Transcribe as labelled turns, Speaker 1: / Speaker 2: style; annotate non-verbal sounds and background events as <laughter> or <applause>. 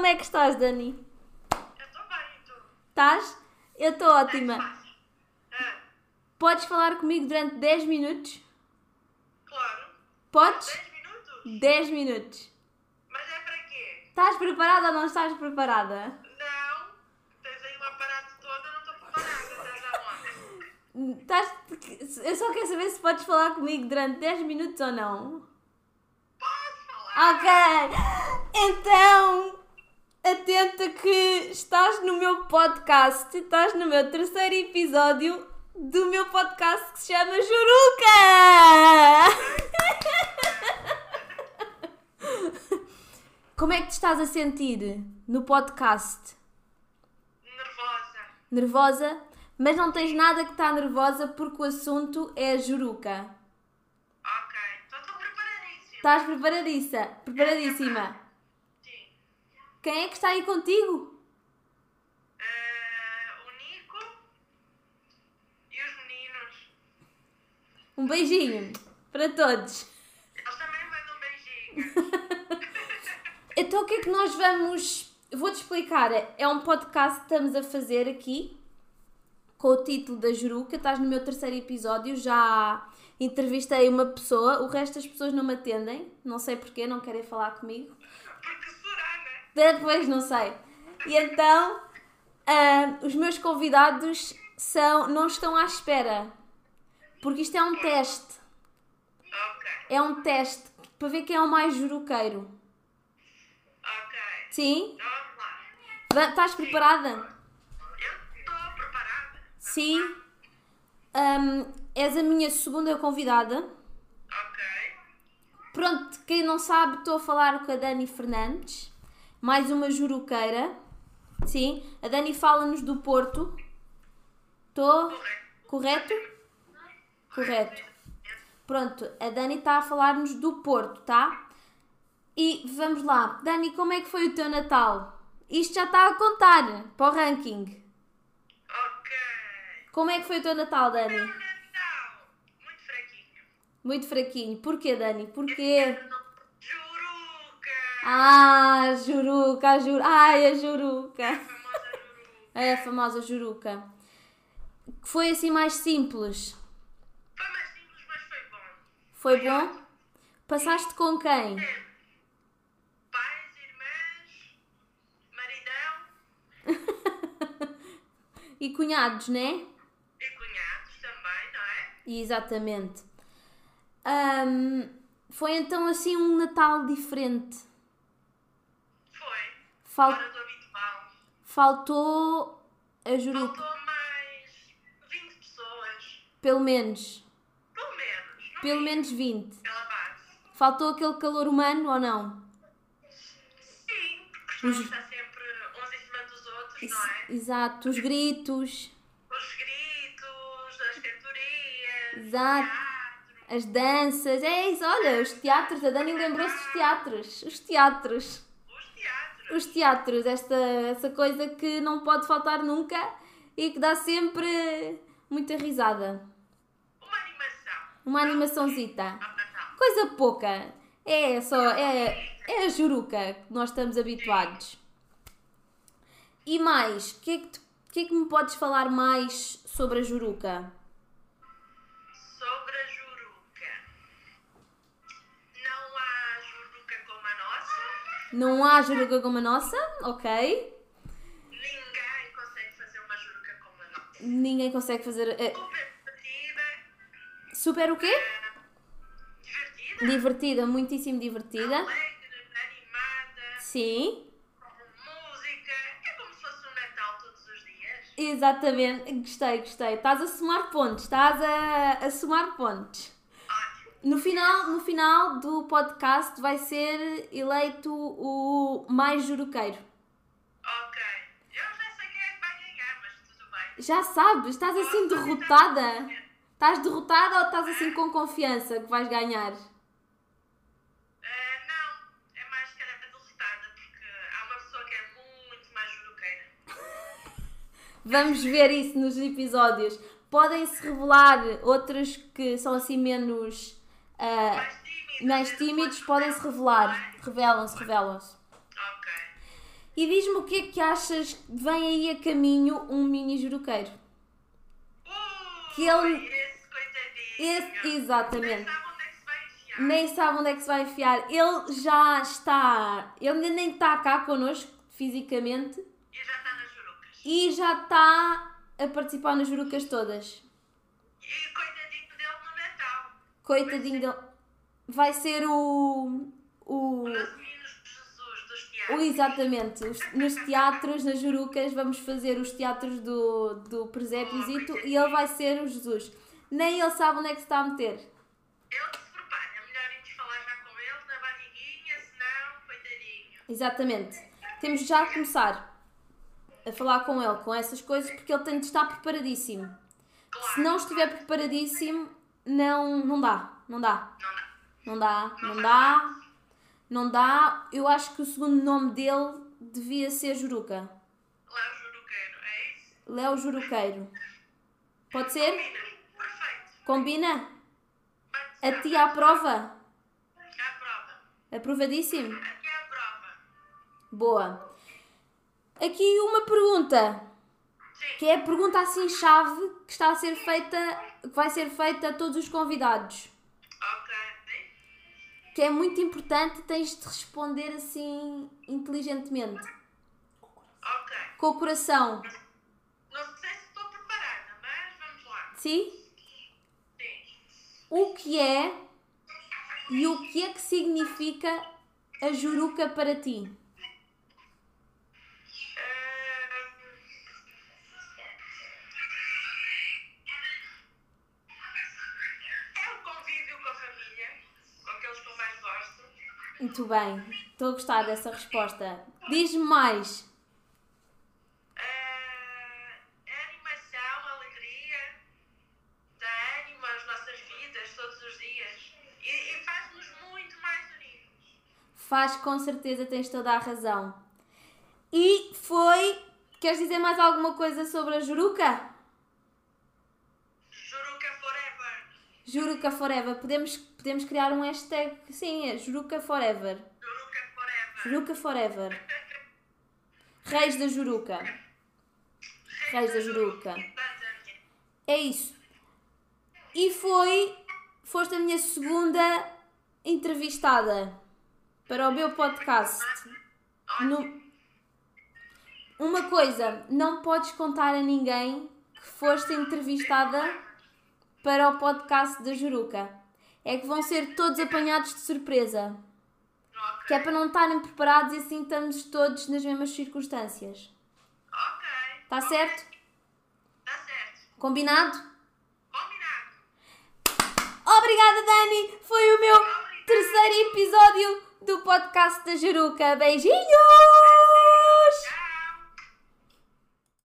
Speaker 1: <laughs> é que estás, Dani?
Speaker 2: Eu estou bem, então.
Speaker 1: Estás? Eu estou ótima.
Speaker 2: Fácil. Ah,
Speaker 1: Podes falar comigo durante 10 minutos?
Speaker 2: claro.
Speaker 1: Podes?
Speaker 2: 10 minutos?
Speaker 1: 10 minutos.
Speaker 2: Mas é para quê?
Speaker 1: Estás preparada ou não estás preparada?
Speaker 2: Não. Tens aí um aparato todo, eu não estou preparada. Estás aonde?
Speaker 1: Estás... Eu só quero saber se podes falar comigo durante 10 minutos ou não.
Speaker 2: Posso falar?
Speaker 1: Ok, então atenta que estás no meu podcast, estás no meu terceiro episódio do meu podcast que se chama Juruca! <laughs> Como é que te estás a sentir no podcast?
Speaker 2: Nervosa.
Speaker 1: Nervosa? Mas não tens nada que está nervosa porque o assunto é a Juruca.
Speaker 2: Ok. Então estou preparadíssima.
Speaker 1: Estás preparadíssima? Preparadíssima.
Speaker 2: Sim.
Speaker 1: Quem é que está aí contigo?
Speaker 2: Ah, o Nico e os meninos.
Speaker 1: Um beijinho para todos.
Speaker 2: Eles também mandam um beijinho.
Speaker 1: Então o que é que nós vamos. Vou-te explicar. É um podcast que estamos a fazer aqui com o título da Juruca. Estás no meu terceiro episódio. Já entrevistei uma pessoa. O resto das pessoas não me atendem. Não sei porquê, não querem falar comigo.
Speaker 2: Porque será, né?
Speaker 1: Depois não sei. E então ah, os meus convidados são, não estão à espera. Porque isto é um teste.
Speaker 2: Ok.
Speaker 1: É um teste para ver quem é o mais juruqueiro.
Speaker 2: Ok.
Speaker 1: Sim?
Speaker 2: Então vamos lá.
Speaker 1: Va- Estás preparada?
Speaker 2: Eu estou preparada.
Speaker 1: Sim. Ahm, és a minha segunda convidada.
Speaker 2: Ok.
Speaker 1: Pronto, quem não sabe, estou a falar com a Dani Fernandes, mais uma juruqueira. Sim, a Dani fala-nos do Porto. Estou? Correto? Correto. Pronto, a Dani está a falar-nos do Porto, tá? E vamos lá, Dani, como é que foi o teu Natal? Isto já está a contar para o ranking.
Speaker 2: Ok.
Speaker 1: Como é que foi o teu Natal, Dani?
Speaker 2: Meu Natal. Muito fraquinho.
Speaker 1: Muito fraquinho. Porquê, Dani? Porquê?
Speaker 2: Juruca.
Speaker 1: Ah, Juruca, a Juruca. Ai, a Juruca.
Speaker 2: Famosa Juruca.
Speaker 1: É a famosa Juruca. Que Foi assim mais simples.
Speaker 2: Foi mais simples, mas foi bom. É.
Speaker 1: Foi bom? Passaste com quem?
Speaker 2: Pais, irmãs, maridão
Speaker 1: E cunhados, né?
Speaker 2: e cunhados também, não é?
Speaker 1: Exatamente. Ahm, foi então assim um Natal diferente.
Speaker 2: Foi.
Speaker 1: Fal-
Speaker 2: Fora do habitual.
Speaker 1: faltou a Juruca,
Speaker 2: Faltou mais 20 pessoas.
Speaker 1: pelo menos.
Speaker 2: Pelo menos. Não
Speaker 1: Pelo menos 20.
Speaker 2: Pela base.
Speaker 1: Faltou aquele calor humano ou não?
Speaker 2: Sim, porque os está sempre uns em cima dos outros, não é?
Speaker 1: Exato, os gritos.
Speaker 2: Os gritos, as cantorias,
Speaker 1: Exato.
Speaker 2: teatro.
Speaker 1: As danças, é isso, olha, os teatros, a Dani lembrou-se dos teatros, os teatros,
Speaker 2: Os teatros.
Speaker 1: os teatros, esta essa coisa que não pode faltar nunca e que dá sempre muita risada.
Speaker 2: Uma animação.
Speaker 1: Uma animaçãozita.
Speaker 2: Ao Natal.
Speaker 1: Coisa pouca. É só, é, é a juruca que nós estamos habituados. E mais, o que, é que, tu- o que é que me podes falar mais sobre a juruca?
Speaker 2: Sobre a juruca. Não há juruca como a nossa.
Speaker 1: Não há juruca como a nossa, ok?
Speaker 2: Ninguém consegue fazer uma juruca como a nossa.
Speaker 1: Ninguém consegue fazer. eh,
Speaker 2: Super divertida.
Speaker 1: super o quê?
Speaker 2: Divertida.
Speaker 1: Divertida, muitíssimo divertida.
Speaker 2: Alegre, animada.
Speaker 1: Sim,
Speaker 2: Com música. É como se fosse um Natal todos os dias.
Speaker 1: exatamente. Gostei, gostei. Estás a somar pontos, estás a, a somar pontos.
Speaker 2: Ótimo.
Speaker 1: No final, no final do podcast vai ser eleito o mais juruqueiro.
Speaker 2: Ok. Eu já sei quem é que vai ganhar, mas tudo bem.
Speaker 1: Já sabes, estás assim
Speaker 2: É,
Speaker 1: derrotada? Estás derrotada ou estás assim com confiança que vais ganhar?
Speaker 2: Ah, não, é mais se calhar resultada, porque há uma pessoa que é muito mais juruqueira.
Speaker 1: Vamos ver isso nos episódios. Podem-se revelar outros que são assim menos. ah,
Speaker 2: Mais tímida.
Speaker 1: mais
Speaker 2: né?
Speaker 1: tímidos
Speaker 2: Depois
Speaker 1: podem se revelar. Revelam-se, revelam-se.
Speaker 2: é? Ok.
Speaker 1: E diz-me o que é que achas que vem aí a caminho um mini juroqueiro?
Speaker 2: Ui,
Speaker 1: Que ele-
Speaker 2: Uh, Esse coitadinho.
Speaker 1: Esse, exatamente.
Speaker 2: Nem sabe onde é que se vai enfiar.
Speaker 1: nem sabe onde é que se vai enfiar. Ele já está. Ele ainda nem está cá connosco fisicamente
Speaker 2: E já está nas jurucas. E,
Speaker 1: e já está a participar nas jurucas todas.
Speaker 2: coitadinho dele no Natal.
Speaker 1: Coitadinho dele. Vai ser o. O.
Speaker 2: O nosso menino Jesus dos
Speaker 1: o-
Speaker 2: teatros.
Speaker 1: exatamente. os- Nos teatros, nas jurucas, vamos fazer os teatros do, do Presépio Zito e ele vai ser o Jesus. Nem ele sabe onde é que se está a meter.
Speaker 2: Ele se prepara. É melhor irmos falar já com ele na barriguinha, senão, coitadinho.
Speaker 1: Exatamente. Temos já a começar a falar com ele, com essas coisas, porque ele tem de estar preparadíssimo.
Speaker 2: Claro.
Speaker 1: Se não estiver preparadíssimo, não, não dá, não dá,
Speaker 2: Não dá.
Speaker 1: não dá, não dá, não dá. Eu acho que o segundo nome dele devia ser Juruca.
Speaker 2: Lá o juruqueiro. É isso?
Speaker 1: Léo Juruqueiro. Pode ser?
Speaker 2: Combina. Perfeito.
Speaker 1: Combina?
Speaker 2: Bate-se
Speaker 1: A ti à prova?
Speaker 2: à prova.
Speaker 1: Aprovadíssimo?
Speaker 2: Aqui é a prova.
Speaker 1: Boa. Aqui uma pergunta, que
Speaker 2: Sim.
Speaker 1: é a pergunta assim chave que está a ser feita, que vai ser feita a todos os convidados.
Speaker 2: Ok.
Speaker 1: Que é muito importante, tens de responder assim inteligentemente.
Speaker 2: Ok.
Speaker 1: com o coração.
Speaker 2: Não sei se estou preparada, mas vamos lá.
Speaker 1: Sim?
Speaker 2: Sim.
Speaker 1: O que é e o que é que significa a juruca para ti?
Speaker 2: Ahm. É o convívio com a família, com aqueles que eu mais gosto.
Speaker 1: Muito bem, estou a gostar dessa resposta. Diz-me mais.
Speaker 2: Ah, É animação, alegria, dá ânimo às nossas vidas todos os dias e, e faz-nos muito mais unidos.
Speaker 1: Faz com certeza, tens toda a razão. E foi. Queres dizer mais alguma coisa sobre a juruca?
Speaker 2: Juruca Forever!
Speaker 1: Juruca Forever. Podemos, podemos criar um hashtag. Sim, é Juruca Forever.
Speaker 2: Juruca Forever!
Speaker 1: Juruca Forever. Reis da Juruca. Reis da Juruca.
Speaker 2: Exatamente.
Speaker 1: É isso. E foi. Foste a minha segunda entrevistada para o meu podcast. No- Uma coisa, não podes contar a ninguém que foste entrevistada para o podcast da Juruca. É que vão ser todos apanhados de surpresa.
Speaker 2: Ok.
Speaker 1: Que é para não estarem preparados e assim estamos todos nas mesmas circunstâncias.
Speaker 2: Ok.
Speaker 1: Está certo?
Speaker 2: Tá certo.
Speaker 1: Combinado?
Speaker 2: Combinado.
Speaker 1: Obrigada, Dani! Foi o meu
Speaker 2: Obrigada.
Speaker 1: terceiro episódio do podcast da Juruca. Beijinhos!